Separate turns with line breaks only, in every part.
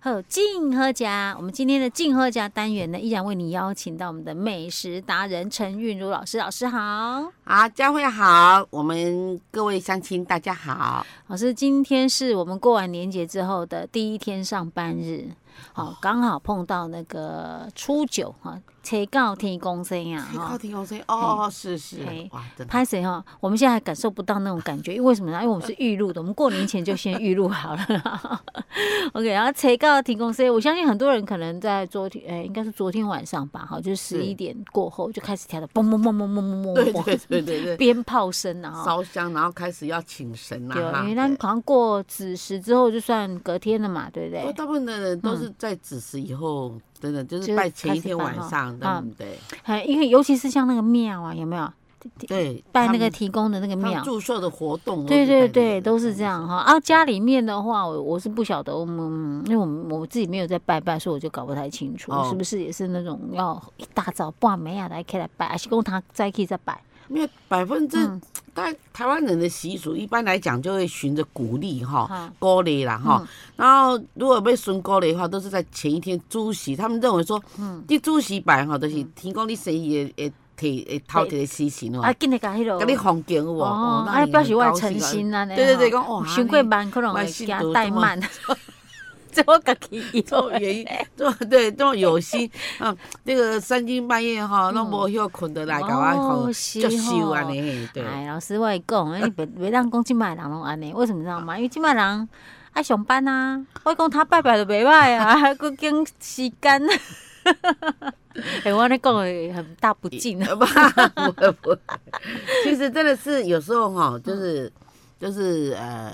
好，静喝家，我们今天的静喝家单元呢，依然为你邀请到我们的美食达人陈韵如老师，老师好，
好，佳慧好，我们各位乡亲大家好。
老师，今天是我们过完年节之后的第一天上班日，好、刚好碰到那个初九哈，车告天公生呀、
听
哈
高听高声哦，是是
嗯嘿，
哇，真的
拍谁哈？我们现在还感受不到那种感觉，因为为什么呢？因为我们是预录的，我们过年前就先预录好了。OK，然后催告停公司，我相信很多人可能在昨天，呃、应该是昨天晚上吧，哈，就是十一
是
点过后就开始调的嘣嘣嘣嘣嘣
对
嘣嘣
对
嘣，
对对对，
鞭炮声啊，哈
烧香，然后开始要请神
对
啦，哈
因为咱好像过子时之后就算隔天了嘛，对不
不过
对？
大部分的人都是在子时以后，真的就
就是是
拜前
嗯
一
开始
天
拜
晚
哈
上，
啊
对不对？
还因为尤其是像那个庙啊，有没有
对，
拜
他
那个
们
提供的那个
他们
庙？
祝寿的活动，
对
都是
对
拜那
对，
个
都是这样。哈。啊，家里面的话，我我是不晓得，我们因为我们我自己没有在拜拜，所以我就搞不太清楚，
哦
是不是也是那种要一大早半暝啊来开来拜，还是供他再去再拜？
因为百分之
嗯
大概台湾人的习俗，一般来讲就会循着鼓励
嗯
哈，鼓励啦哈。然后如果被顺鼓励的话，都是在前一天主席，他们认为说，
嗯
你主席办哈，就是提供你生意的的提的头一个事情
啊，
哦，
今天搞迄
给你
落。
红景有无？
哦，
那
啊，
你
表示
很
我的
高兴
诚
啊
心啊，那
对对对，
吼
讲哦，
太
贵吧，
慢可能
我
会
的
惊
信徒
怠
这么
慢， 这我家 己
这么原因，这么对，这么有心，嗯，那个三更半夜哈，都无休困的来，搞我
嗯哦
吼，
是
接受
吼
安尼，对。
哎，老师，我会讲，哎你别别当讲即摆人拢安尼，为什么你知道
啊
吗？因为即摆人爱上班啊，我讲他拜拜就袂歹啊， 还佫经时间。 哎、我安尼讲的很大不敬啊。
不会不会，其实真的是有时候哈，就是就是呃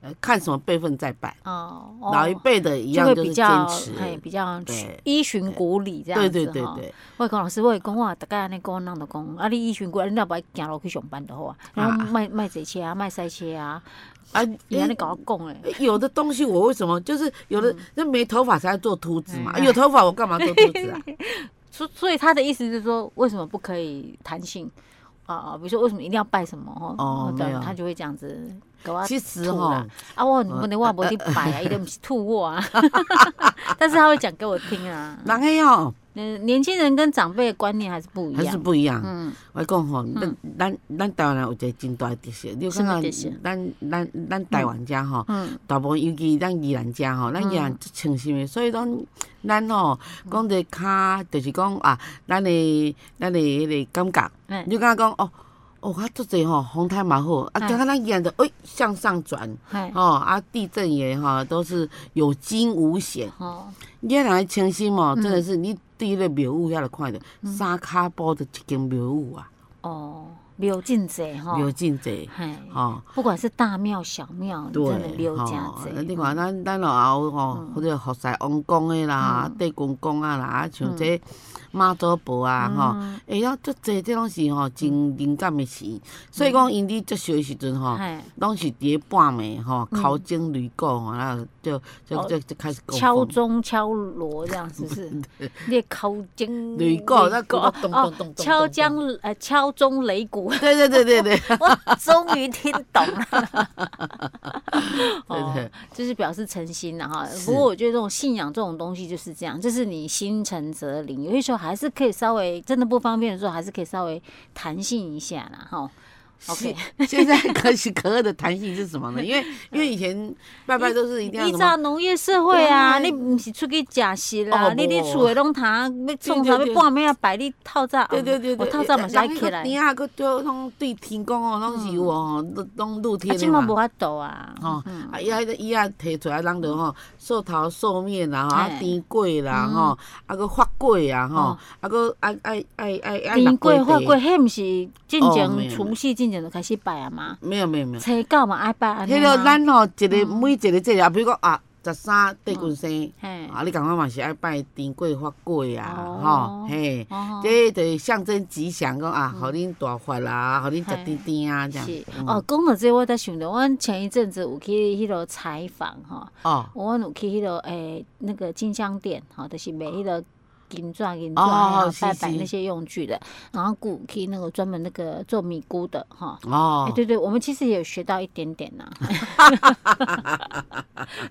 呃，看什么辈分在摆，
哦，哦
老一辈的一
就
样
会
就
比
是坚
较，
持，
哎，比较
对
依循古礼这样
对
子
对对
哈
对，
我会讲老师，我会讲我大概安尼讲，人就讲，啊，你依循古，礼，你若不爱行路去上班就好啊，然后
啊
卖卖坐车啊，卖塞车啊，
啊，
伊安尼
诶
甲我讲诶。
有的东西我为什么就是有
嗯
的那没头发才要做秃子嘛，啊
哎
有头发我干嘛做秃 子啊？
所所以他的意思就是说，为什么不可以弹性啊啊？比如说为什么一定要拜什么哦？
哦
对
没有
他就会这样子给我。
其实呃
吐
哈
哦啦，啊，我不能我不去拜 啊，一定不是吐我啊， 但是他会讲给我听啊。
人黑哦
嗯，年轻人跟长辈的观念还是不一
还是
样。
不一样。
嗯，
我讲吼，咱咱咱台湾人有一个真大的特色，你有
什
看
么
到
特色
咱咱咱台湾遮吼
嗯，
大部分尤其咱宜兰遮吼，咱宜兰足清心的，所以讲咱吼讲这骹，就是讲啊，咱的咱的迄个感觉，
哎
你就感觉讲哦。哦，较足侪吼，风太嘛好，啊，
哎
刚刚咱宜兰就哎向上转，
嗨，
吼啊，地震也吼都是有惊无险。
哦，
宜兰的清心哦，真的是你对迄个庙宇遐就看着三骹步的一间庙宇啊，
哦，流进贼哈，
庙真济，
嗨，
吼。
不管是大庙小庙，真嗯
对，
的流加
吼
贼。
你看咱咱落后吼，
嗯
或者佛山王宫的啦、地公宫啊啦，啊
嗯
像这妈祖婆啊吼，哎呀，足济这拢是
嗯
吼真灵感的事，所以讲因伫接受的时阵吼，
嗨，嗯
拢是伫咧半暝吼，敲钟擂鼓吼，然后就就就就开始供
哦敲
奉。
钟敲锣这样，是不 是？你敲钟
擂鼓那鼓
哦
咚咚咚咚咚
敲钟呃敲钟擂鼓，
对对对对对，
我终于听懂了。哦
对对，
就是表示诚心了哈。
是
不过我觉得这种信仰这种东西就是这样，就是你心诚则灵，有些时候还是可以稍微真的不方便的时候，还是可以稍微弹性一下啦哈。OK
现现在可喜可贺的弹性是什么呢？因为因为以前拜拜都是一定要
依
什么
照农业社会啊，
对
你毋是出去食食啦，
哦
你
没
伫
有
厝的拢通啊要创啥要
对对对
半暝啊摆，你透早
对对对
啊我
对，
透早嘛是爱
人
起来。啊
迄个顶仔佫叫拢对天公哦，拢是有哦，拢拢露
啊，
天的
即嘛
嘛
无。法度啊。
吼，啊，伊啊，伊啊，摕出来，人着吼，寿桃、寿面啦，吼，啊
嘿，嗯
甜粿啦，吼，啊，佫发粿啊，吼
哦，
啊，佫爱爱爱爱爱
年过
发
火过，迄毋是进
哦没
前
有
除夕进前就开始拜啊嘛，
没有没有没有，
初九嘛爱拜安尼啊
迄
嘛
个咱吼一个
嗯
每一个节日，啊，比如讲啊，十三地君生，
嘿，
啊，你感觉嘛是爱拜甜粿、发粿
嗯哦
啊，吼，嘿，
哦，嗯
这就是象征吉祥，讲啊，互恁大发啦，互恁食甜甜啊，这样
是。
嗯
哦，讲到这我才想到，阮前一阵子有去迄落采访吼，
哦，
我有去迄落诶那个金香店吼，就是卖迄落金钻、银
哦
钻，还有
是
拜拜
是
那些用具的，然后古可以那个专门那个做米糊的哈。哎，
哦，
对对，我们其实也有学到一点点 呐、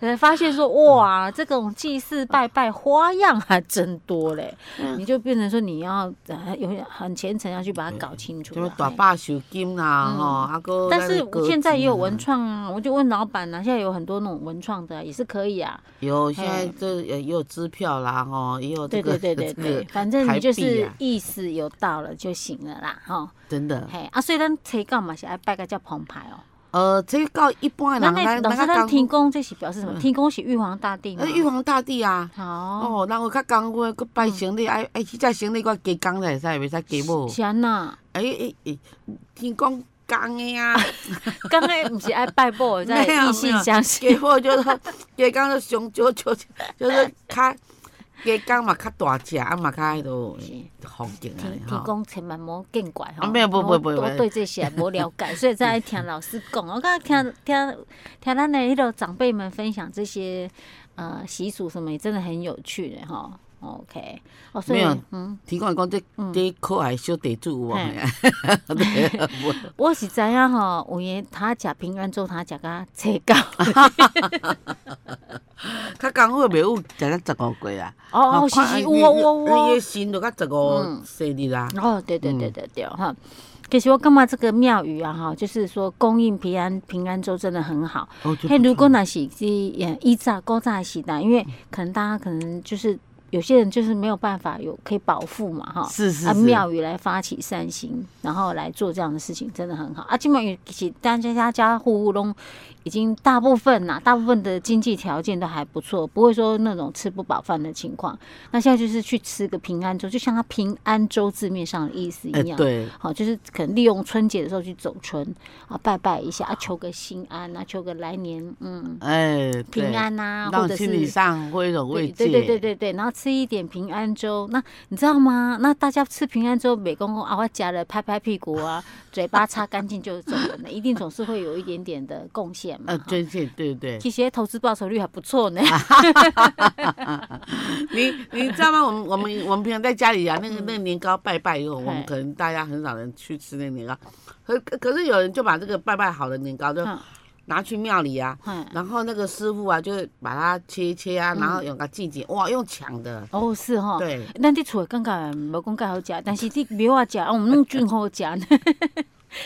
呃发现说哇，这种祭祀拜拜花样还真多嘞，
嗯
你就变成说你要呃有点很虔诚要去把它搞清楚
什么
啦。
大
嘿
把手金啦，
嗯
吼，啊个。
但是我现在也有文，创啊，我就问老板啊，现在有很多那种文创的啊、也是可以啊。
有现在
嘿
这也有支票啦，吼，也有
对
这个
对对对
这
对
个，
反正
台
你就
币
是
啊嗯
意思有到了就行了啦，哈。
真的。
嘿啊，所以咱提告嘛是爱拜个叫澎湃哦。
呃，这到一般的
那
人，
那老师，咱
讲嗯
天公这是表示什么？天公是玉皇大帝嘛
呃，。玉皇大帝啊，
好，
哦，咱有较讲过，佮拜神礼，爱爱哎去只神礼，佮加工才会使，袂使加无。
嗯是安那，
诶诶诶，哎天公讲的啊，
刚才不是爱拜某，在
没有
意气
没有
相吸。
加无就是说加工就上少少，就是较加工嘛较大只，啊嘛较迄落风景
天，
啊
天
吼。
公千万莫见怪
啊没有不不不
我
不
对这些啊无了 解，所以才爱听老师讲。我刚听听听咱的迄个长辈们分享这些呃习俗什么，也真的很有趣的哈。OK，哦，所以
没有
嗯，
天公会讲这这可爱的小地主有无？
嘿
对，无
我是知影吼，有诶，他食平安粥，他食甲切 糕。
较功夫的袂有，食到十五岁啊。
哦哦，是
看
是，有
你
哦有哦
你嗯
有
的心就到十五
嗯
生日啦。
哦。哦，对对对对对哈。其实我感觉这个庙宇啊，哈，就是说供应平安平安粥真的很好。
哦，就
嘿，
不
如
错
果那是去呃依照高炸时代，因为可能大家可能就是有些人就是没有办法有可以保护嘛哈，
是是
啊
是
庙宇来发起善心，然后来做这样的事情，真的很好啊。金门宇其实大家家家户户都已经大部分呐、大部分的经济条件都还不错，不会说那种吃不饱饭的情况。那现在就是去吃个平安粥，就像它平安粥字面上的意思一
哎、
样。
对，
好，就是可能利用春节的时候去走春啊，拜拜一下啊，求个心安啊，求个来年嗯
哎、对
平，安呐、或
让
者是
心理上会一种慰
对对
藉。
对对对对，然后吃一点平安粥。那你知道吗？那大家吃平安粥，美公公啊，我夹了拍拍屁股啊，嘴巴擦干净就走人了，一定总是会有一点点的贡献嘛。
呃，
哈
捐献，对对
其实投资报酬率还不错呢。
你你知道吗？我们我们我们平常在家里啊，那个那个年糕拜拜以后，我们
嗯嘿
可能大家很少人去吃那个年糕，可可可是有人就把这个拜拜好的年糕就
嗯
拿去庙里啊，
嗯
然后那个师傅啊，就是把它切一切啊，然后用个季节，哇，用抢的，
哦，是哈。
对，
咱伫厝感觉无讲介好食，但是伫庙啊食，哦，弄菌好食呢。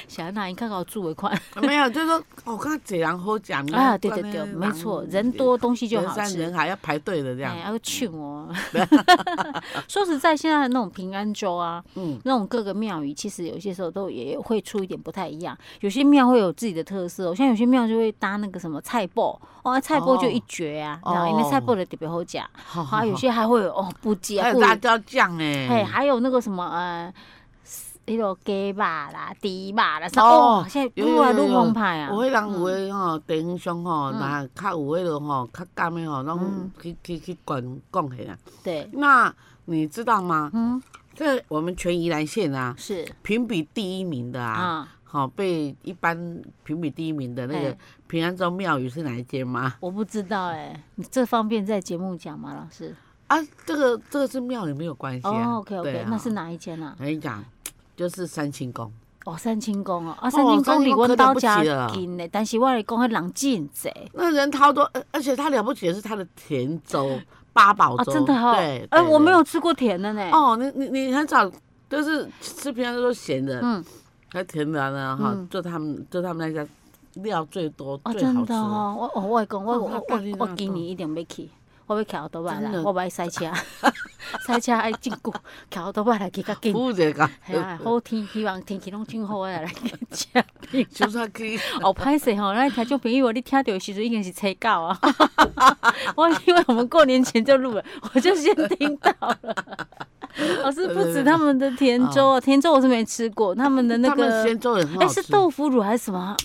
是安那因较好煮的款。
没有，就是说，哦，看这人好讲
啊，对对对，没错，人多东西就
人
好
山
吃
人。海要排队的这样嗯
哎，，要去 哦。说实在，现在那种平安粥啊，
嗯
嗯，那种各个庙宇，其实有些时候都也会出一点不太一样。有些庙会有自己的特色、哦，像有些庙就会搭那个什么菜脯，哦，菜脯就一绝啊，
哦
然后因为菜脯的特别好吃，
好
还有有些还会有哦不鸡
还
啊，
有
不
辣椒酱哎、
哎，还有那个什么呃，那种鸡吧啦、猪吧啦，啥
哦
哦，现在
有
越来
有
越
有
澎湃啊嗯
有。迄人有诶吼，地方上吼，那较有迄落吼，较甘诶吼，拢去去去管讲起啦。
对，
那你知道吗？
嗯，
这我们全宜兰县啊，
是
评比第一名的啊，
啊，
好被一般评比第一名的那个
嘿
平安州庙宇是哪一间吗？
我不知道哎，你这方便在节目讲吗，老师？
啊，这个这个是庙宇没有关系啊。
哦，OK
对
OK，
啊
那是？哪一间啊
我？跟你讲，就是三清宫。
哦，三清宫哦，啊，
哦
三清宫离阮兜
三清宫可了
家
不起啊
近嘞，但是我来讲，迄人真济。
那人超多，而而且它了不起的是它的甜粥、八宝
啊，
粥，
真的哈、
对，
哎、
对
我
对
没有吃过甜的呢。
哦，你你你很少就是吃平常都是咸的，
嗯，
还甜的呢哈
嗯，
就他们就他们那家料最多
哦，
最好
真
吃
的。哦，我哦，我会讲，我
哦
我
那
我
到底
我
哪
今年一定要去，我要徛倒摆
真的
啦，我爱塞车， 塞车爱真久，徛倒摆来去较紧。
服务者讲，
系啊，好天，希望天气拢真好诶，来去食。
呃就算去，
哦，歹势吼，咱听众朋友，你听到的时阵已经是初九啊！ 我因为我们过年前就录了， 我就先听到了。 老师不止他们的甜粥啊，甜粥我是没吃过，他们的 那
哦他们
个
咸粥也很好
哎
吃。
是豆腐乳还是什么啊？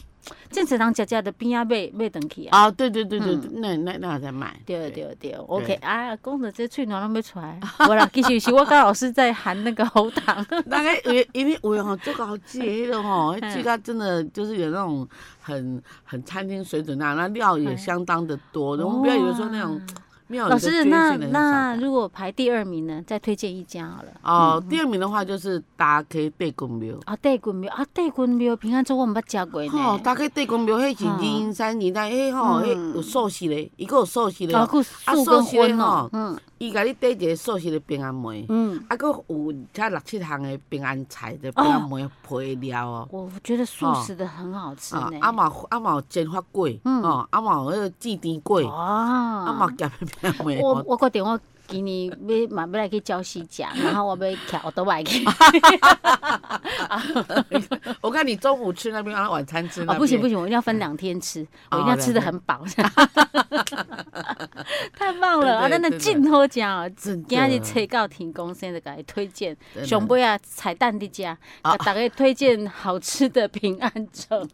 健子堂姐姐的边啊卖卖等去啊！
啊，对对对对，那那那我再买。
对对对，OK 啊，讲到这喙暖拢要出来， 我啦，其实是我跟老师在含那个喉糖。
大概有的因为有的吼做高级迄种 吼，
嗯
那这个真的就是有那种很很餐厅水准那样，那料也相当的多。我们不要以为说那种
哇
庙
哦
宇
老
的捐
师，
献
那
得很
那嗯
少
如果排第二名呢？再推荐一家好了。
哦，第二名的话就是大溪地公庙。
啊，地君庙啊，地君庙平安粥我毋捌食过呢。
吼，大溪地公庙迄是
嗯
二零三年代，迄吼，
嗯
迄有素食嘞，伊个有素食嘞
啊，
哦，
佮素跟荤哦
啊素食的吼，
嗯
伊甲你缀一个素食的平安梅，
嗯，
啊，佫有遮六七项的平安菜的
哦
平安梅配料哦。
我觉得素食的很好吃
啊
呢，。
啊嘛有啊嘛有煎花粿，
嗯
哦，啊嘛有迄个煎甜粿，啊嘛
啊，
夹的平安梅。
我我决定我今年要嘛要来去礁溪食，然后我要徛我都来去。
我看你中午吃那边，啊，晚餐吃
哦，
那边。
不行不行，我一定要分两天吃，我一定要吃的很饱。太棒了，啊，
对对
真的
对
真好食哦！
真的
今日找到天公先就给伊推荐，
真的
上尾啊彩蛋的家，给大家推荐好吃的平安粥。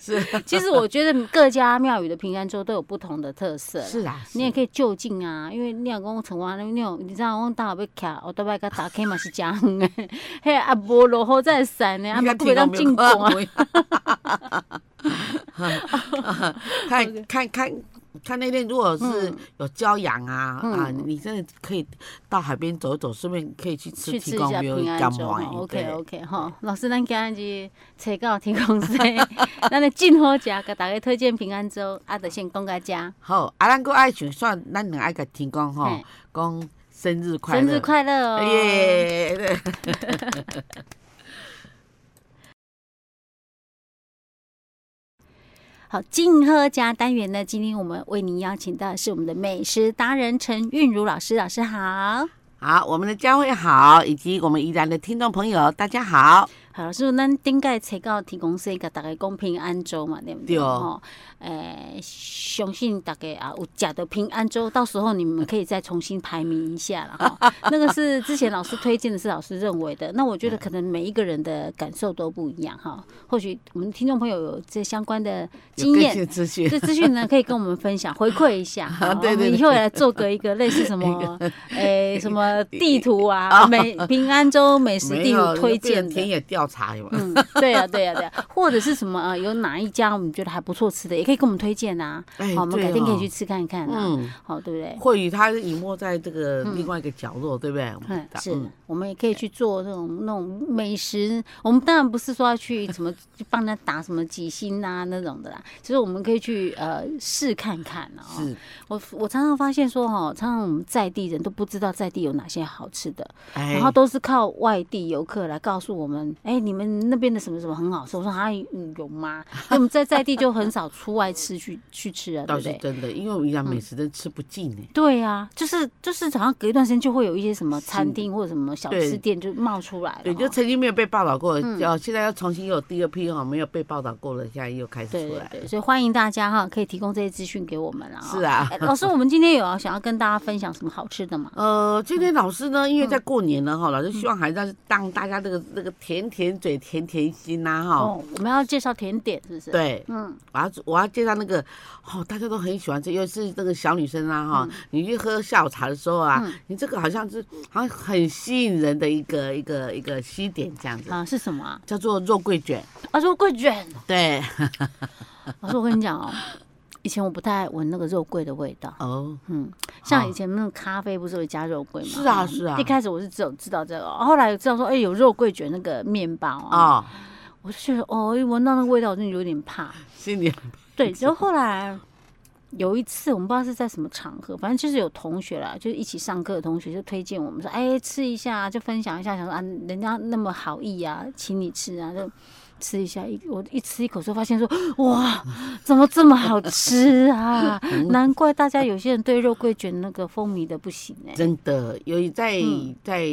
是
其实我觉得各家庙宇的平安粥都有不同的特色。
是啊，
你也
是
可以就近啊，因为你若讲像我，你有你知道我大后要徛，我倒摆甲打开嘛是诚远的， 嘿啊无落雨才会使呢，啊
你
嘛
看
不会当进
听
攻
到
啊。
没有。
啊
看 看看看那天，如果是
嗯
有骄阳啊啊，你真的可以到海边走一走，顺便可以去吃
去吃
提
一
供
下
没有
平安
姜
粥
母鸭
吼，OK 哦
对
OK 吼，老师，咱今日找到天公 司，咱的进好食，给大家推荐平安粥，啊，就先讲到这，
好，啊，咱佫爱想算，咱两个爱甲天公吼
嘿，
讲生日快
生
乐，哎
日快乐哦！
耶！对
好，静喝家单元呢，今天我们为您邀请到的是我们的美食达人陈韵如老师，老师好。
好，我们的佳慧好，以及我们宜兰的听众朋友，大家好。
好，老师，咱顶届找到提公司，甲大家讲平安粥嘛，对不对？
对哦
吼，诶，相信大家啊有食到平安粥，到时候你们可以再重新排名一下了哈。那个是之前老师推荐的，是老师认为的。那我觉得可能每一个人的感受都不一样哈。或许我们听众朋友有这相关的
有
经
更
验。
新资 讯，
这资讯呢，可以跟我们分享，回馈一 下。好
啊对对
我们以
对
后也来做个一个类似什 么，诶，什么地图啊，美平安粥美食
哦没
地图
有就
推
变
荐
成
的。
田野调查有没有？
嗯，对呀、对呀、对呀、 或者是什么呃，有哪一家我们觉得还不错吃的，也可以跟我们推荐啊。
哎
好，我们
对
改天可以
哦
去吃看看啊。
嗯，
好，对不对？
或许它隐没在这个另外一个角落，对不对？
嗯，是
嗯，
我们也可以去做那种那种美食。我们当然不是说要去什么去帮他打什么几星啊那种的啦，其实我们可以去呃试看看啊、哦。
是，
我我常常发现说哦，常常我们在地人都不知道在地有哪些好吃的，
哎，
然后都是靠外地游客来告诉我们，哎、你们那边的什么什么很好吃。我说啊，嗯有吗？因为我们在在地就很少出外吃去去吃啊，对嗯
倒
不
是
对？
真的，因为我们宜兰美食真吃不尽呢。
对啊，就是就是，好像隔一段时间就会有一些什么餐厅或者什么小
对
吃店就冒出来了哦。嗯
对，就曾经没有被报道过，哦，现在又重新又有第二批哈，哦没有被报道过了，现在又开始
对
出
对
来。
对，所以欢迎大家哈，可以提供这些资讯给我们了。
是，啊，
哎老师，我们今天有要想要跟大家分享什么好吃的吗？
呃，今天老师呢，
嗯
因为在过年了哈，老师希望还是让让大家这个这个甜甜嘴、甜甜心呐哈。
哦，我们要介绍甜点是不是？，
对，
嗯，
我要我要介绍那个哦，大家都很喜欢吃，尤其是那个小女生啊
嗯
哈、你去喝下午茶的时候啊，你这个好像是好像很吸引人的一个一个一个西点这样子，
啊是什么啊？
叫做肉桂卷。
啊，肉桂卷。
对，
老师，我跟你讲哦，以前我不太爱闻那个肉桂的味道。
哦，
嗯，像以前那种咖啡不是会加肉桂吗？
是啊是啊
一开始我是只有知道这个，后来知道说，哎、有肉桂卷那个面包啊，
哦，
我就觉得哦，一闻到那个味道，我真的有点怕。
心里
对，然后后来有一次，我们不知道是在什么场合，反正就是有同学啦，就是一起上课的同学就推荐我们说，哎，吃一下，就分享一下，想说啊，人家那么好意啊，请你吃啊，就吃一下。一我一吃一口之后，发现说，哇，怎么这么好吃 啊？
嗯
难怪大家有些人对肉桂卷那个风靡的不行哎、
真的，由于在、
嗯
在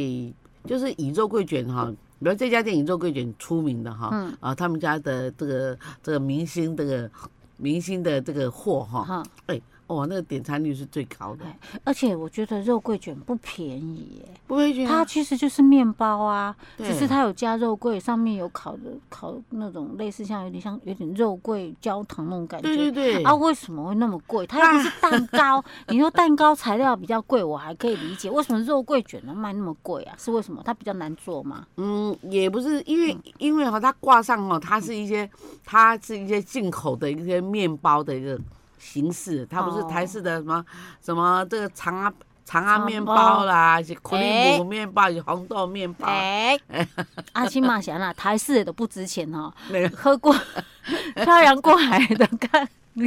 就是以肉桂卷哈。比如这家店以肉桂卷出名的哈，
嗯
啊，他们家的这个这个明星这个明星的这个货哈，
哈，
哎、
嗯
哇，那个点餐率是最高的。
而且我觉得肉桂卷不便宜、耶
不会觉得
它其实就是面包啊，
对
只是它有加肉桂，上面有烤的烤那种类似像有点像有点肉桂焦糖那种感觉。
对对对，啊
啊，为什么会那么贵？它又不是蛋 糕，你说蛋糕材料比较贵，我还可以理解。为什么肉桂卷能卖那么贵啊？是为什么？它比较难做吗？
嗯，也不是，因为、因为哈、它挂上哈、它是一些，它是一些进口的一些面包的一个形式，它不是
哦
台式的什么、什么这个长安长安
长
面
包
包啦，是苦力
哎
姆面包，是红豆面包，
哎、阿青嘛想啦，台式的都不值钱 哦，
那个
喝过漂洋过海的看，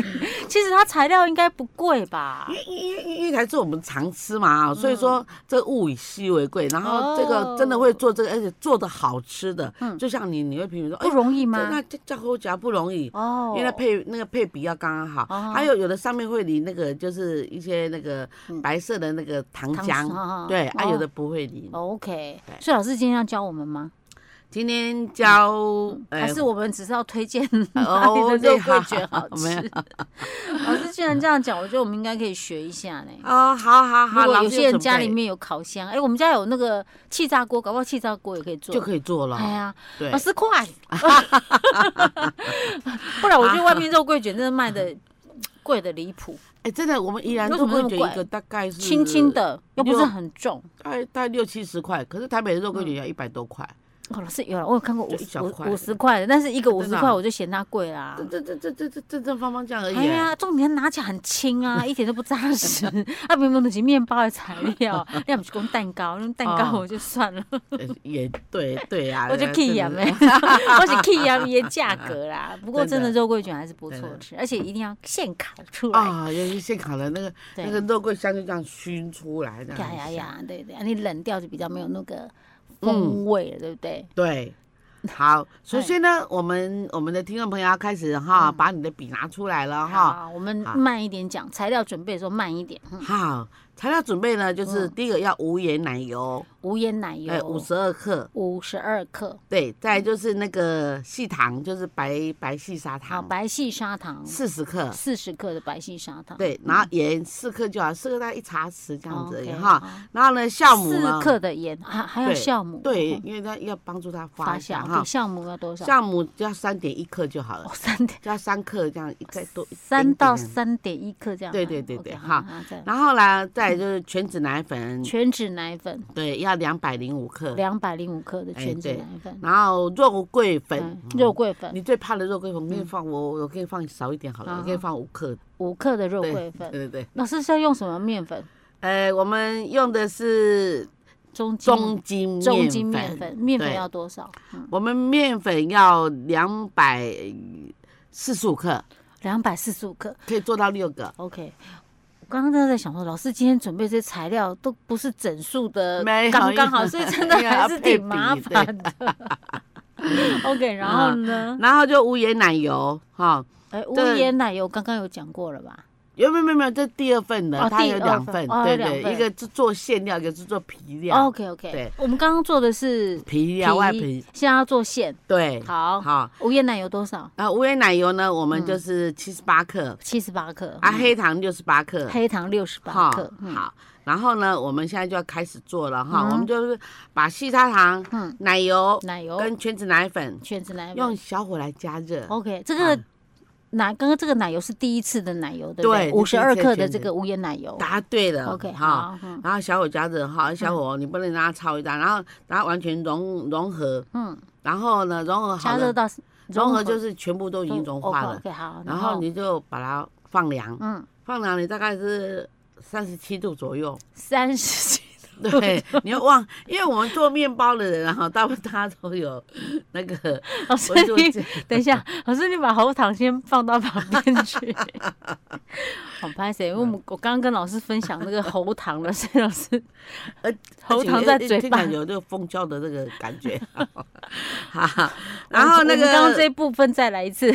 其实它材料应该不贵吧？
嗯因为因为因为台是我们常吃嘛，
嗯
所以说这物以稀为贵，然
哦
后这个真的会做这个，而且做的好吃的，就像你你会评论说，
嗯不
哎，
容易
这
吗
那？这叫口夹不容易。
哦，
因为它配那个配比要刚刚好，
哦
还有有的上面会淋那个就是一些那个白色的那个糖
嗯糖
浆
丝哦，
对，啊
哦
有的不会淋。
OK，
对
所以老师今天要教我们吗？
今天教
嗯还
呃
是我们只是要推荐哪里 的
哦
肉桂卷
好
好
没有
吃？老师既然这样讲，我觉得我们应该可以学一下呢。
哦，好好好，
如果
老
有
师
些人
准
家里
备
面有烤箱，哎、我们家有那个气炸锅，搞不好气炸锅也可以做。
就可以做了，
哎呀，
对
老，师 快！不然我
啊
觉得外面肉桂卷真的卖的贵的离谱，
哎，真的，我们依然
为什
都
么
会
那么
觉
贵
得一个大概是
轻轻的又不是很重。
大概大概六七十块，可是台北的肉
嗯
桂卷要一百多块，
哦，老师有了，我有看过
就
五
一小
五
块
五十块的，但是一个五
真
十
的啊
块我就嫌它贵啦
这。这这这这这正正方方这样而已
啊哎
耶。
呀，重点拿起来很轻 啊，一点都不扎实。 啊，明明都是面包的材 料，你也不是讲蛋糕，用蛋糕
哦
我就算 了，
呃也对对呀，
我就 key 呀
真的
没，我是 key 呀也价格啦。不过
真
真
的
的肉桂卷还是不错
真的
吃，而且一定要现烤出来。
啊，尤其现烤的那个
对
那个肉桂香就这样熏出来，这样
呀
很
呀
香，
呀，对对，你冷掉就比较没有那个风
嗯
味了，对不对？
对。好，首
哎
先呢，我们我们的听众朋友要开始哈，把你的笔拿出来了哈。
嗯好，我们
好
慢一点讲，材料准备的时候慢一点。嗯
好，材料准备呢，就是第一个要无盐奶油，
无盐奶
哎，
油
五十二克，
五十二克，
对，
嗯
再来就是那个细糖，就是白白细砂
好，
糖，
白细砂糖
四十克，
四十克的白细砂糖，
对，然后盐四克就好，四克大概一茶匙这
这
样子而已哈。，然后呢，酵
酵
母
母
呢
四，克的盐，还还要
对
酵母，
对
哦，
因为它要帮助它发
发
酵
酵，对，。
哈
酵母要多少？
酵母就要三点一克就好了
哦，，三点
加三克这样一再多一
三
点
到
点
三点一克这样啊，
对对对对
OK，
哈
好，好再来
然后呢，再来就是全脂奶粉，
全脂奶粉
对，要两百零五克。
两百零五克的
嗯哎
全脂
对
奶粉，
然后肉桂粉
嗯，肉桂粉。
你最怕的肉桂粉，我可以放我我可以放少一点好了，
好
我可以放五克。
五克嗯的肉
对嗯
桂
对
粉。
对对。
老师是要用什么面粉？
呃，我们用的是
中筋
中筋
中筋面
面
粉，面粉
对
要多少？嗯，
我们面粉要两百四十五克，
两百四十五克。
可以做到六个。
OK。我刚刚真的在想说，老师今天准备这些材料都不是整数的
没，有
刚刚好，
因为
所以真的
因为要
还是
配
挺
比
麻烦的。OK，然 后呢？
然后就无盐奶油哈，
哎，无
这个
盐奶油刚刚有讲过了吧？
有没有没有没有，这第二份的，
哦
它
第
有
二
两
份
份，
哦
对
有两
对，
份哦
一个是做馅料，一个是做皮料，
OK OK，
对
我们刚刚做的是
皮料外皮，
现在要做馅。
对，
好，
好。
无盐奶油多少？
啊，无盐奶油呢，我们
嗯
就是七十八克，
七十八克。
啊，黑糖六十八克，
嗯黑糖六十八
哈
克。嗯
好。然后呢，我们现在就要开始做了哈，
嗯
我们就是把细砂糖、
嗯，
奶油
奶油
跟全脂奶粉
全脂奶
用
粉。哦
小火来加热，
OK，这个
啊
奶，刚刚这个奶油是第一次的奶油，对不
对
对？
这
五十
是第一
二
次
克
全
的
脂
这个无盐奶油。
答对了
OK，
哈。
好，嗯
然后小火加热哈，小火你不能让它超大，然后然后完全融融合，
嗯，
然后呢融合好
加热
了，
到
融合就是是全部都已经融化了，
OK，好，
然后你就把它放凉，
哦嗯
放凉你大概是三十七度 左右，
三十
对，你要忘，因为我们做面包的人啊， 哈，大部分大家都有那个
老师
温度
你
计，
等一下，老师你把喉糖先放到旁边去。 好拍谁？因为我
嗯
们我刚刚跟老师分享那个喉糖了，所以老师
呃
喉糖在嘴巴
听起来有这个蜂胶的那个 感觉，哈， 然后
我们
那
我们刚刚这
个
一部分再来一 次，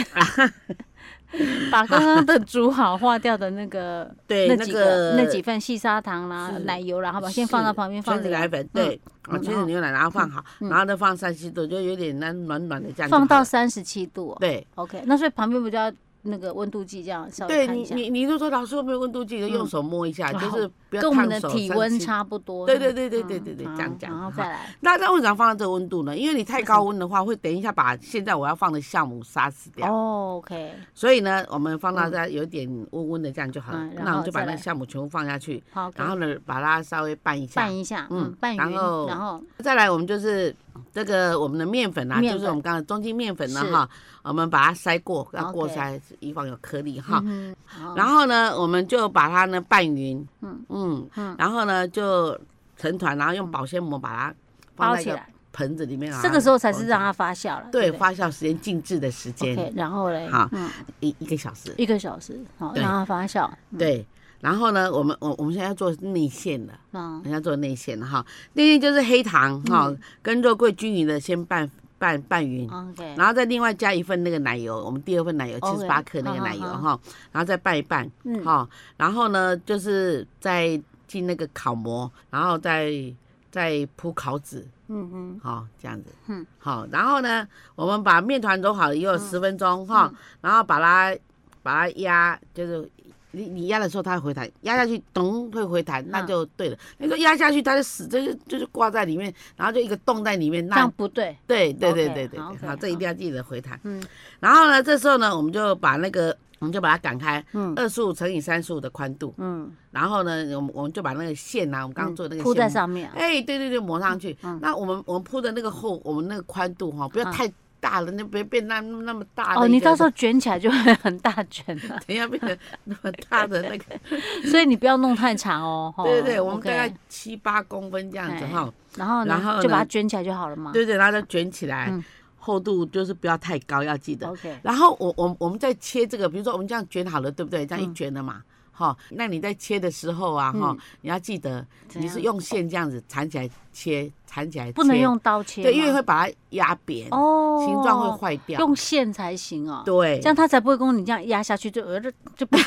把刚刚的煮好化掉的那个
对
那
那
几
个
个那几份细砂糖啦
是、
奶油啦，好吧，先
是
放到旁边放
全脂奶
凉，
粉，对，啊，
嗯
全脂
然后
牛奶，然后放好，然后再放三七度，就有点那暖暖的这样就好了，
放到三十七度哦。
对。
OK，那所以旁边不就要那个温度计这样稍微
对
看
你
一，下，嗯
你你就说老师我没有温度计，就用手摸一下，就是不要
跟我们
烫
的
手。
体
37
温。差不多。
对
这样
对对
嗯
对对对对
好
这样讲
然后
哈
再来。
那那为什么放到这个温度呢？因为你太高温的话，会等一下把现在我要放的酵母杀死掉。
哦，OK，
所以呢，我们放到它有点温温的这样就好了。
嗯然后
那我们就把那个
再
酵母全部放下去，
好，
然后呢，把它稍微拌一下
拌。一下，
嗯
嗯，拌匀，
然后
然后
再来，我们就是这个我们的面粉啊，
面
就
粉
是我们刚才中筋面粉呢
是
哈，我们把它筛过，要
OK
过筛，以防有颗粒哈。
嗯哼
然后呢，我们就把它呢拌匀，
嗯
嗯
嗯
然后呢就成团，然后用保鲜膜把它放
包
在一
起
个啊
来，
盆子里面。
这个时候才是让
它
它发酵了。
对
不
发酵时间静置的时间
OK，然后嘞，
好
嗯，
一一个小时。
一个小时，好，
对
让它发酵。
对，然后呢，我们我我们现在要做内馅了。
嗯，
人家做内馅的哈，内馅就是黑糖哈、跟肉桂均匀的先拌拌拌匀，
嗯，OK，
然后再另外加一份那个奶油，我们第二份奶油七
OK，嗯
十八克那个奶油
好
哈，然后再拌一拌
嗯，
哈，然后呢就是再进那个烤模，然后再再铺烤纸
嗯嗯，
哈，这样子，
嗯，
好，然后呢我们把面团揉好了也有十分钟
嗯
哈，然后把它把它压就是。你你压的时候它会回弹，压下去咚会回弹，那
嗯
就对了。你说压下去它就死，就是就是挂在里面，然后就一个洞在里面，
这
那
样不对，
对对
OK，
对对对，
好，OK，
好，这一定要记得回弹。
嗯
然后呢，这时候呢，我们就把那个，我们就把它擀开，
嗯
二十五乘以三十五的宽度，
嗯，
然后呢，我们我们就把那个线啊，我们刚刚做的那个
铺在
线，
上面啊，
哎，对对对，抹上去
嗯。
那我们我们铺的那个厚，我们那个宽度哈，不
嗯
要太大了，那别变那那么大的一个。
哦，你到时候卷起来就会很大卷 了，
等一下变成那么大的那个，
所以你不要弄太长 哦。吼
对对对，我们
OK
大概七八公分这样子
哎
哈，
然后呢
然后呢
就把它卷起来就好了嘛。
对对，然后就卷起来
嗯，
厚度就是不要太高，要记得。
，OK，
然后我我我们在切这个，比如说我们这样卷好了，对不对？这样一
嗯
卷了嘛，哈、那你在切的时候啊，哈、你要记得
怎
你是
样
用线这样子缠起来切，缠起来切
不能用刀切吗，
对，因为会把它压扁，
哦
形状会坏掉。
用线才行哦。
对，
这样它才不会跟你这样压下去，就呃就就 被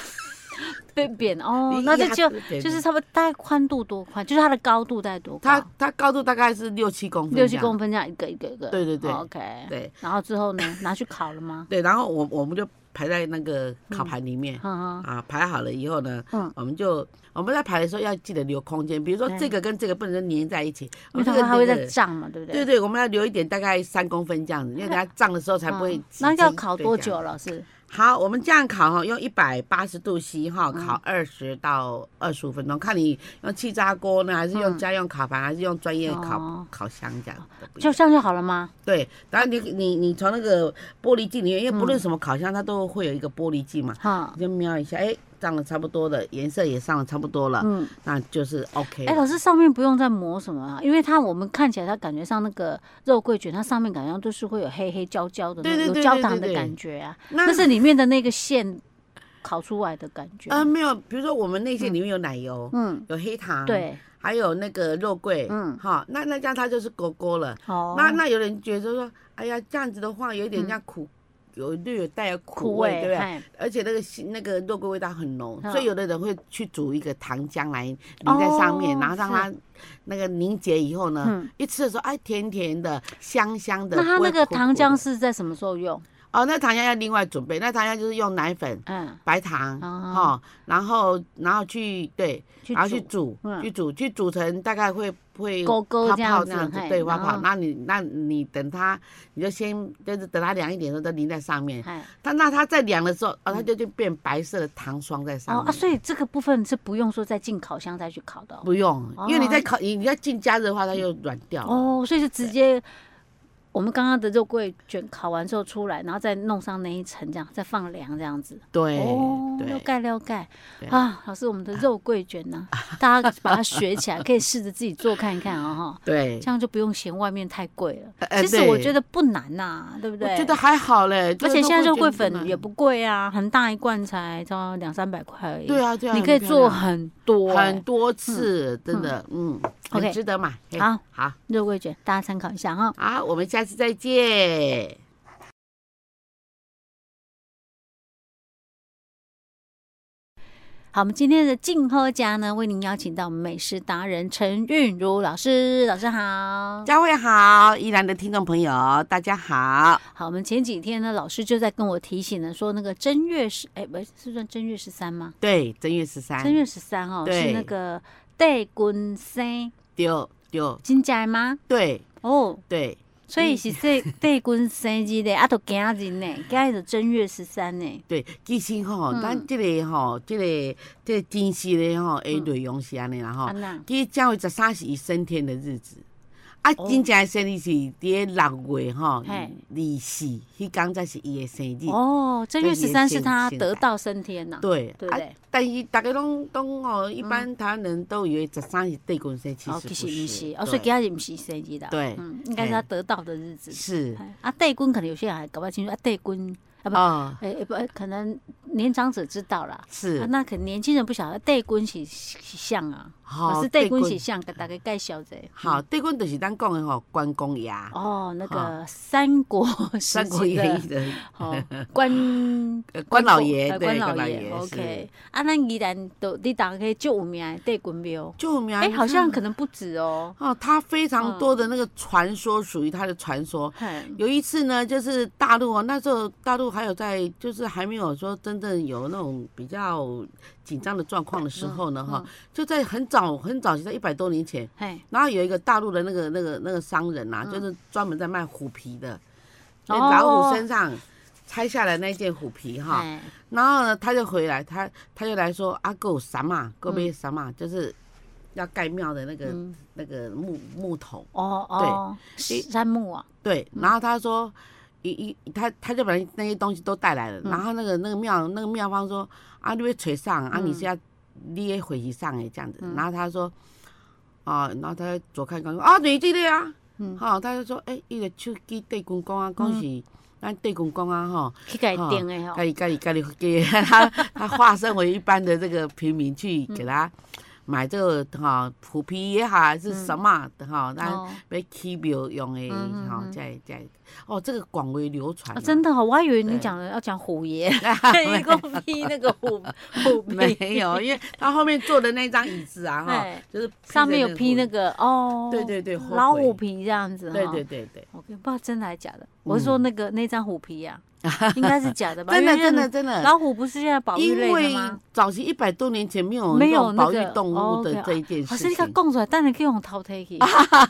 被扁哦
你。
那这
压
就
对对
就是
对
差不多大概宽度多宽，就是它的高度大概多
它
高？
它高度大概是六七公分，
六七公。分这样一个一个一个。
对对对
哦，OK。
对
然后之后呢，拿去烤了吗？
对，然后我我们就排在那个烤盘里面。
嗯嗯
啊，排好了以后呢，
嗯
我们就我们在排的时候要记得留空间，比如说
对
这个跟这个不能粘在一起，我
因为它会
们这个
它会
那
再
个
胀嘛，对不
对
对？
对，我们要留一点，大概三公分这样子，因为等下胀的时候才不会
嗯
起筋。
那要烤
对
多？
这
久，
样
老师？
好，我们这样烤哈，用一百八十度 C 哈，
嗯
烤二十到二十五分钟，看你用气炸锅呢，还是用
嗯
家用烤盘，还是用专业烤
哦
烤箱这样都不一
就
样。
这样就好了吗？
对，然后你你你从那个玻璃镜里面，因为不论什么烤箱，它都会有一个玻璃镜嘛，
哈，
你就瞄一下，哎，上了差不多的，颜色也上了差不多了，
嗯。
那就是 OK
哎、
了。
老师，上面不用再磨什么啊，因为它我们看起来，它感觉上那个肉桂卷，它上面感觉上都是会有黑黑焦焦的那
对对
种，有
对对
焦
对
糖的
对
感觉啊，
那
那是里面的那个馅烤出来的感觉。
呃没有，比如说我们那些里面有奶油，
嗯，
有黑糖，。
对，
还有那个肉桂，
嗯
哈，那那这样它就是狗狗了。
哦，嗯
那那有人觉得说，哎呀，这样子的话有点像苦，有略带有苦味，对不对？
哎
而且那个腥那个肉桂味道很浓，
嗯
所以有的人会去煮一个糖浆来淋在上面，
哦
然后让它那个凝结以后呢，
嗯
一吃的时候哎甜甜的、香香的。
那它
不
那
会
个
苦苦
糖浆
的
是在什么时候用？
哦，那糖浆要另外准备，那糖浆就是用奶粉、
嗯，
白糖
哦
哈，然后然后去对
去
然后去
煮
煮，
嗯
去煮，去煮成大概会会
勾勾
泡
这样
泡
子
那样子，
嘿
对，花
然
泡。
后
那你那你等它，你就先就是等它凉一点的时候，再淋在上面。
哎，
它那它在凉的时候，哦，它就就变白色的糖霜在
哦
上
啊，
面。
所以这个部分是不用说再进烤箱再去烤的哦。
不用，因为你
哦
在烤，你你要进加热的话，它就软掉了。
哦，所以就直接我们刚刚的肉桂卷烤完之后出来，然后再弄上那一层，这样再放凉这样子。
对
哦，了
对，
解了解
对
啊，老师，我们的肉桂卷 呢、大家把它学起来，可以试着自己做看一看啊、哈。
对
这，样就不用嫌外面太贵了。
呃呃
其实
对
我觉得不难呐、对不
我
对？
觉得还好嘞。这
而
个
且现在肉桂
卷
粉也
呢
不贵啊，很大一罐才差不多两三百块而已。
对啊对啊，
你可以
很漂
做
亮
很多、嗯
很多次，真的，嗯，很
OK
值得买。嘿
好，
好，
肉桂卷，大家参考一下哈、
好，我们下次再见。
好，我们今天的静喝家呢，为您邀请到美食达人陈韵如老师，老师好。
佳慧好，宜兰的听众朋友大家好。
好，我们前几天呢，老师就在跟我提醒呢，说那个正月十，哎，不是是算正月十三吗？
对，正月十三，
正月十三哦，
对
是那个戴君生
丢丢，
真假吗？
对
哦，
对
所以是这
嗯
戴君生日的，啊，都今日呢，今日就正月十三呢。
对，其实吼，
嗯
咱这个吼，这个这个哦真实的吼，诶，内容是安尼啦吼
啊。那
其实正月十三是伊升天的日子，啊，
哦
真正的生日是伫咧六月吼，
嘿
二四，迄天才是伊的生日。
哦，正月
对
十
也
三
是
是他
现
得
代
道升天呐、
对，
对
啊
不对，
但是大家拢拢哦，一般台湾人都以为十三是对公生，其
哦，
实
其
不
实不
是，
是，哦，所以
对
今日不是生日啦。
对
嗯，应该是
嘿
他得道的日子。
是
哎啊，帝君可能有些人还搞不太清楚，啊，帝君啊不，
哦，
哎、哎不，可能年长者知道啦，啊
是，
那可能年轻人不晓得帝君是是像啊，
好
老师帝君是像，给大家介绍一下。
好，对公就是咱讲的吼，关公爷，
嗯 哦，那个
好
三国时
三国
期
演义
的
的
哦，关
呃关老爷，
呃
对，
关老
老
爷
爷
，OK
是。
啊，那宜兰都你打开就有名的帝君庙，
救命！
哎，好像
你看
可能不止哦。
哦，他非常多的那个传说属于他的传说。
嘿
有一次呢，就是大陆哦，那时候大陆还有在，就是还没有说真正有那种比较紧张的状况的
嗯
时候呢，哈、就在很早很早，在一百多年前，
嘿，
然后有一个大陆的那个那个那个商人呐、就是专门在卖虎皮的，
嗯哦
老虎身上拆下来那件虎皮哈，
嘿
然后呢，他就回来，他他就来说阿狗什么，狗被什么，就是要盖庙的那个、
嗯
那个木木桶，
哦哦，
诶
山木啊，
对，然后他说。一一他他就把那些东西都带来了，然后那个那个庙那个庙方说啊，你被锤上啊，你是要你也回去上哎这样子，然后他说啊，然后他左看看啊，对对对啊，
嗯
好、他就说哎，伊、个手机对公公啊，讲是咱对公公啊吼，
去给它定的吼
家。里家里家里给他 他化身为一般的这个平民去给他买这个哈虎皮也好还是什么的哈，那
哦
被起庙用的
嗯嗯
哈
嗯，
在在哦这个广为流传
啊，
啊，
真的、哦，我还以为你
对
讲的要讲虎爷， 一个劈那个虎虎
没
皮，
有，因为他后面坐的那张椅子 啊哈
哎，
就是披
上面
着
有劈那个
个
哦，
对对对后
老
悔
虎皮这样子
虎，
哈。
对对对对，
我不知道真的还是假的，我是说那个那张虎皮 呀，应该是假的吧？
真的
因为
真的真的。
老虎不是现在保育
因
类
为
的吗？哦
早期一百多年前没有
没
那
有
种
那
保育
个
动
哦
物的
，OK，
这一件
老
事
师你
情
甲，讲出来，等下去用淘汰 去。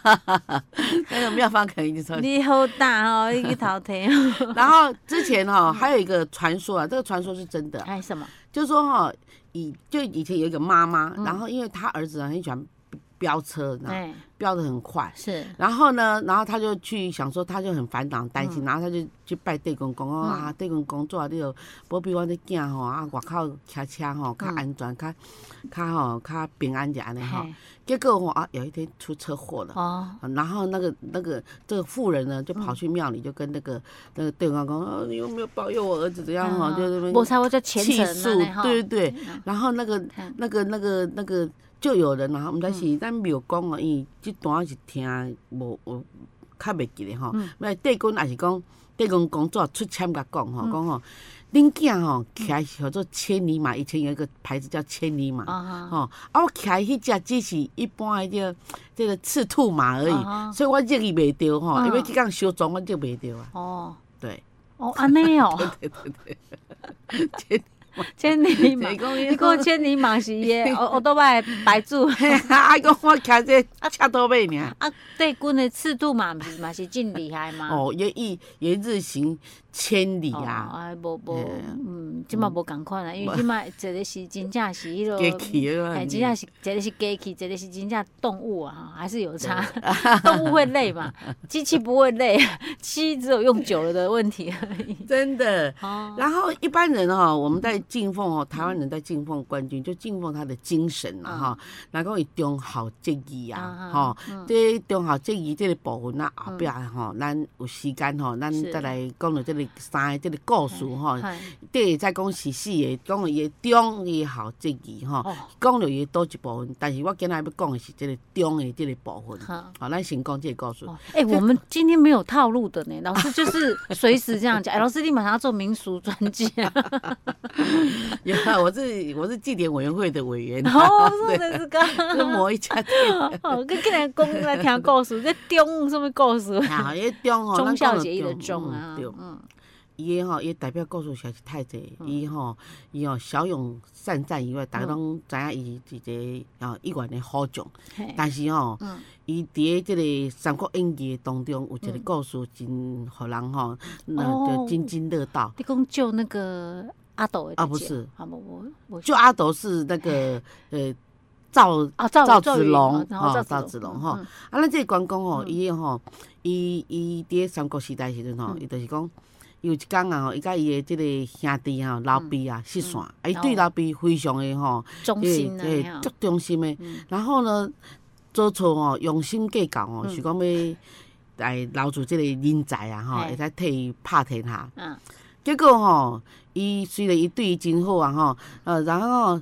那 个妙方肯定说
你好大哦，你去淘汰。
然后之前哈、还有一个传说啊，这个传说是真的，
嗯哎，什么？
就是说哈、以就以前有一个妈妈，
嗯
然后因为她儿子啊很喜欢飙车，然后
哎，
飙得很快，
是，
然后呢，然后他就去想说，他就很烦恼担
嗯
心，然后他就去拜地公公哦、啊，地公公做啊，你就保庇我的囝吼啊，外口骑车吼较安全，较较吼较平安一安尼吼。
嗯嘿
结果吼啊，有一天出车祸了。
哎哦，嗯
啊然后那个那个这个妇人呢，就跑去庙里，就跟那个、那个对方讲，哦，你有没有保佑我儿子怎样
嗯
哈、就在那
我
边
猜我叫虔
气
诚
诉
啊，，
对对对。
嗯
然后那个
嗯
那个那个那个就有人啊，毋知是咱庙讲哦，伊这段是听无有较袂记咧吼。那地公也是讲，地公工作出签甲讲吼，讲吼，恁囝吼徛叫做千里马，以前有一个牌子叫千里马。
啊哈。
吼、啊，我徛迄只只是一般的这个这个赤兔马而已，
啊哈
所以我这个袂着吼，
嗯
因为去讲修装我这袂着啊，
哦
对，
哦，安尼哦，千里马，
就是讲
你讲千里马是伊的，我我都买白 主
啊，讲我徛这赤兔马尔，
啊，对，军的赤兔马不是嘛是真厉害嘛。
哦，也一也日行千里
哦，
啊，
啊，无无，嗯，即嘛无共款啦，因为即嘛一个是真正是迄落，
过去啊，
哦哎，真正是一个是机器，一个是真正动物啊，哈还是有差。 动物会累嘛，机器不会累， 机器只有用久了的问题而已。
真的。
哦，
然后一般人哈、我们在敬奉哦，台湾人在敬奉冠军，就敬奉他的精神
嗯
啦、哈、然后伊忠孝节义啊，
啊
吼、这忠孝节义这个部分啊，后壁吼、咱有时间吼、咱
嗯是哎
再来讲到这个三个这个故事吼、
嗨
第会再讲是四个，讲到伊的忠伊的孝节义吼
哦，
讲到伊的多一部分，但是我今仔要讲的是这个忠的这个部分。好、
哈。
咱先讲这个故事。
啊 哦，哎、我们今天没有套路的呢，老师就是随时这样讲。哎、老师立马上要做民俗专辑 啊！
原来我是我是祭典委员会的委员，
哦，说的是刚，
是某一家店。
哦，跟跟人讲来听故事，在中什么故事？
啊，迄 中吼，
忠
咱讲
孝
到
节义的
中
忠啊，
嗯对，
嗯，
伊个吼，伊的代表故事实在是太济，伊吼，伊吼骁勇善战以外，
嗯
大家拢知影伊是一个啊吼一员的好将。
嘿
但是吼
嗯，
伊伫咧即个《三国演义》当中有一个故事，真互人吼，那
嗯哦
就津津乐道。
你讲救那个阿斗的姐姐
啊不是
啊不不不，
就阿斗是那个呃赵
啊，赵
赵
赵
子
云
龙
然后
哦
赵
赵
子
子
龙
龙吼
嗯
啊，咱这个关公吼，伊吼，伊伊伫咧三国时代时阵
嗯
吼，伊就是讲，伊有一工啊吼，伊甲伊的即个兄弟吼，刘备啊失散，啊，伊对
嗯哦
刘备非常的吼，
忠心啊，
嘿
嘿啊
足忠心的
嗯。
然后呢，做错吼，用心计较吼，
嗯
是讲要来留住即个人才啊吼，
嘿
会使替伊拍天下。
嗯，
结果吼，伊虽然伊对伊真好啊吼，呃，然后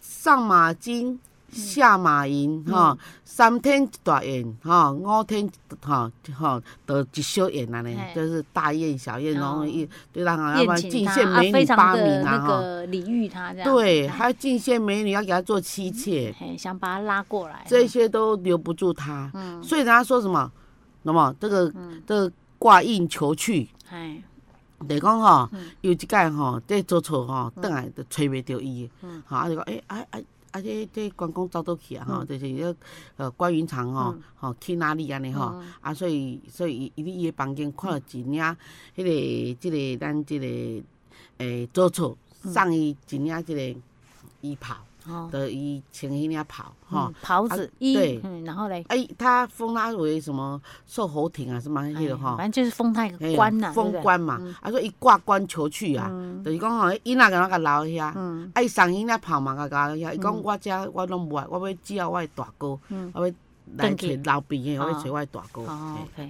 上马
嗯
金，下马银吼、三天一大宴吼、五天吼吼得一小宴安尼
嘿，
就是大宴小宴，然后
哦
一对啦，要不
宴
然
请
进
他
献
啊，
美
非
女八
常
名
的
啊
那
哈，
个礼遇他这样，
对，
哎
还进献美女要给他做妻妾，
嘿，想把他拉过来，啊
这些都留不住他，
嗯，
所以人家说什么，那么这个、
嗯
这个挂印求去。
哎，
就是讲吼
嗯，
有一届吼，这做错吼，倒来就找袂着伊
嗯
的，吼，啊就讲，诶，啊啊啊，这这关公走倒去啊，吼，
嗯
就是迄呃关云长吼
嗯，
吼去哪里安尼吼
嗯，
啊，所以所以伊伊伫伊的房间看到一领，迄个即个咱即个诶做错送伊一领即个衣袍，
哦，
就伊穿迄领袍，吼
嗯，袍
啊
子衣
对，
嗯，然后嘞，
哎，他封他为什么寿侯亭啊，什么迄个
哎
吼
反。正就是封他一
嘿
个官呐，对
哎
嗯
封
不对
官嘛，啊，所以伊挂官求去啊，就是讲吼，伊若个甲留遐，
嗯，
啊，伊送伊那跑嘛甲留遐，伊讲我遮我拢无爱，啊我要只要我的大哥，
嗯
我要来找老兵的，我要找我的大哥。
哦
嘿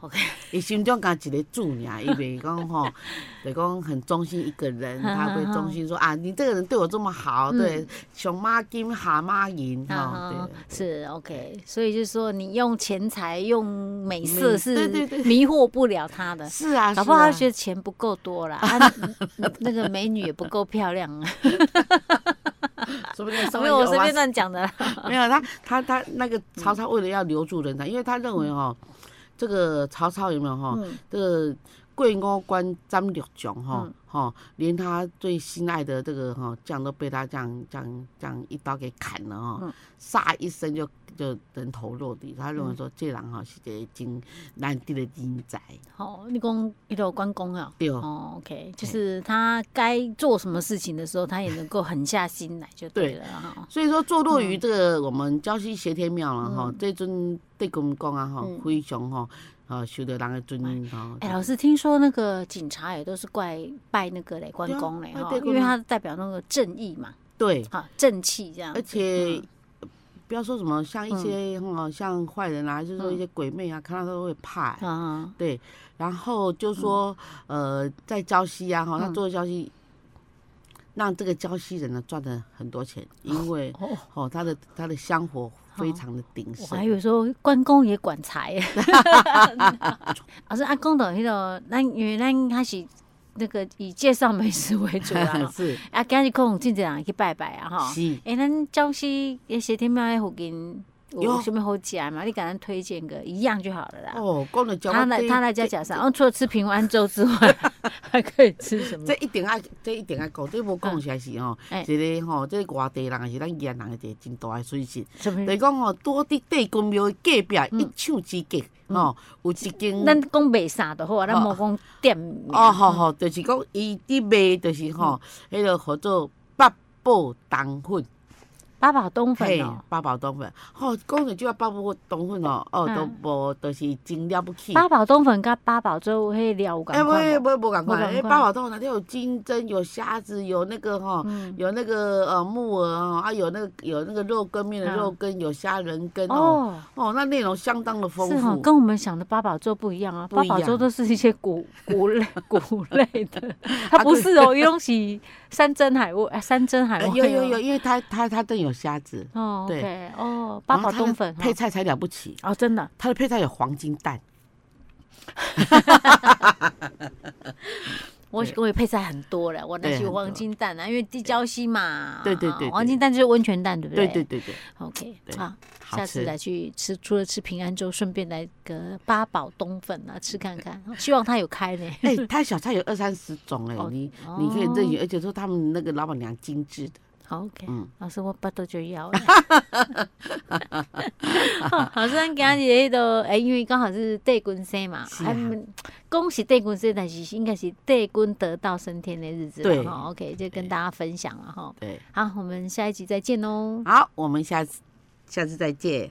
，OK，
伊心中敢一个主尔，伊袂讲吼， 就讲很忠心一个
嗯
人，他会忠心说啊，你这个人对我这么好，对，上马金下马银，吼，
啊
对，，
是 OK，所以就是说你用钱财、用美色
美
是
对对对
迷惑不了他的，
是啊，
搞不好
是
他
啊
觉得钱不够多啦，啊， 那个美女也不够漂亮啊，
说不定稍
没
微
有我
有
随
啊
便乱讲的啦，
没有他，他他那个曹操为了要留住人才，因为他认为哈，这个曹操有没有哈，
嗯
这个贵五关斩六将哈
嗯
哈，连他最心爱的这个哈将都被他这样这样这样一刀给砍了
嗯
哈，唰一声就就人头落地。他
嗯
认为说这人哈哦是一个真难得的人才，
好，你讲一路关公啊。
对
哦，OK，就是
哎
他该做什么事情的时候，他也能够狠下心来就对了哈。
所以说，坐落于这个我们礁溪斜天庙了哈
嗯，
这尊对我们讲啊哈
嗯，
非常哈啊受到人的尊敬哦哈。
哎，老师，听说那个警察也都是怪拜那个嘞关公嘞
对啊
哈
拜，关
因
公
为他代表那个正义嘛，
对，
哈，正气这样子。
而且
嗯
不要说什么像一些哈、像坏人啊，就是说
嗯
一些鬼魅啊，看到都会怕、欸
啊，
对，然后就说、呃，在礁溪啊，哈，他
嗯
做礁溪，让这个礁溪人呢赚了很多钱，因为
哦，
哦他的他的香火非常的鼎
我还
盛。，
有说关公也管财，老师阿公的迄个，咱因为咱开始那个以介绍美食为主啦 吼
是
啊，今日可能真侪人去拜拜啊，吼。
是，
诶，咱礁溪诶斜天庙迄附近有
有
什么好食的嘛？你给咱推荐个一样就好了啦。
哦，讲了
他
礁
来
这
他来家讲啥？哦，除了吃平安粥之外，还可以吃什么
这？一定爱，这一定爱讲，这无讲起来是吼
哎，
一个吼，这外地人也是咱宜兰人的一个真大的损失。
什么
就？是讲吼，拄好伫地公庙的隔壁一墙之隔，吼、有一间。
嗯咱讲卖啥就好啊，咱
哦
莫讲店名。
哦，吼吼，就是讲伊伫卖，就是吼，
嗯
迄个叫做八宝冬粉，
八宝冬粉哦，
八宝冬粉。吼，讲着即个八宝冬粉哦，哦，都
嗯
无，就是真了不起。
八宝冬粉跟八宝粥迄料有
哎，
赶
不
快。哦
不不，赶快！
不同
哎，
款
八宝冬粉它有金针，有虾子，有那个吼，
嗯，
有那个呃木耳哦，啊，有那个有那个肉羹面的
嗯
肉羹，有虾仁羹哦。
哦，
哦，那内容相当的丰
是哈，
富。
跟我们想的八宝粥不一样啊。八
不一
宝粥
样
都是一些谷 谷类谷类 的，它不是哦，伊拢是山珍海味，啊山珍海
啊呃
味哦。
有有有，因为它它它都有虾子。
哦，
对
OK，哦，八宝冬粉哈
然后它的配菜才了不起，
哦，真的，
它的配菜有黄金蛋，
我
对
我也配菜很多了，我那
对
是有
很多
黄金蛋啊，因为地礁溪嘛，
对对对对
黄金蛋就是温泉蛋，对不
对
对
对对对，
，OK，
对
好，
好
下次
吃。
来去吃，除了吃平安粥，顺便来个八宝冬粉啊，吃看 看，希望它有开呢。
哎，它小菜有二三十种哎
哦，
你
哦
你可以任选，而且说他们那个老板娘精致的。
好，OK，
嗯
老师我巴肚就要 了。哦好老师，咱今日迄个，哎，因为刚好是地君生嘛，
是啊
还没恭喜对棍这但是应该是对棍得道升天的日子了
对
哈。OK，就跟大家分享了哈。
对，
好，我们下一集再见喽。哦
好，我们下次下次再见。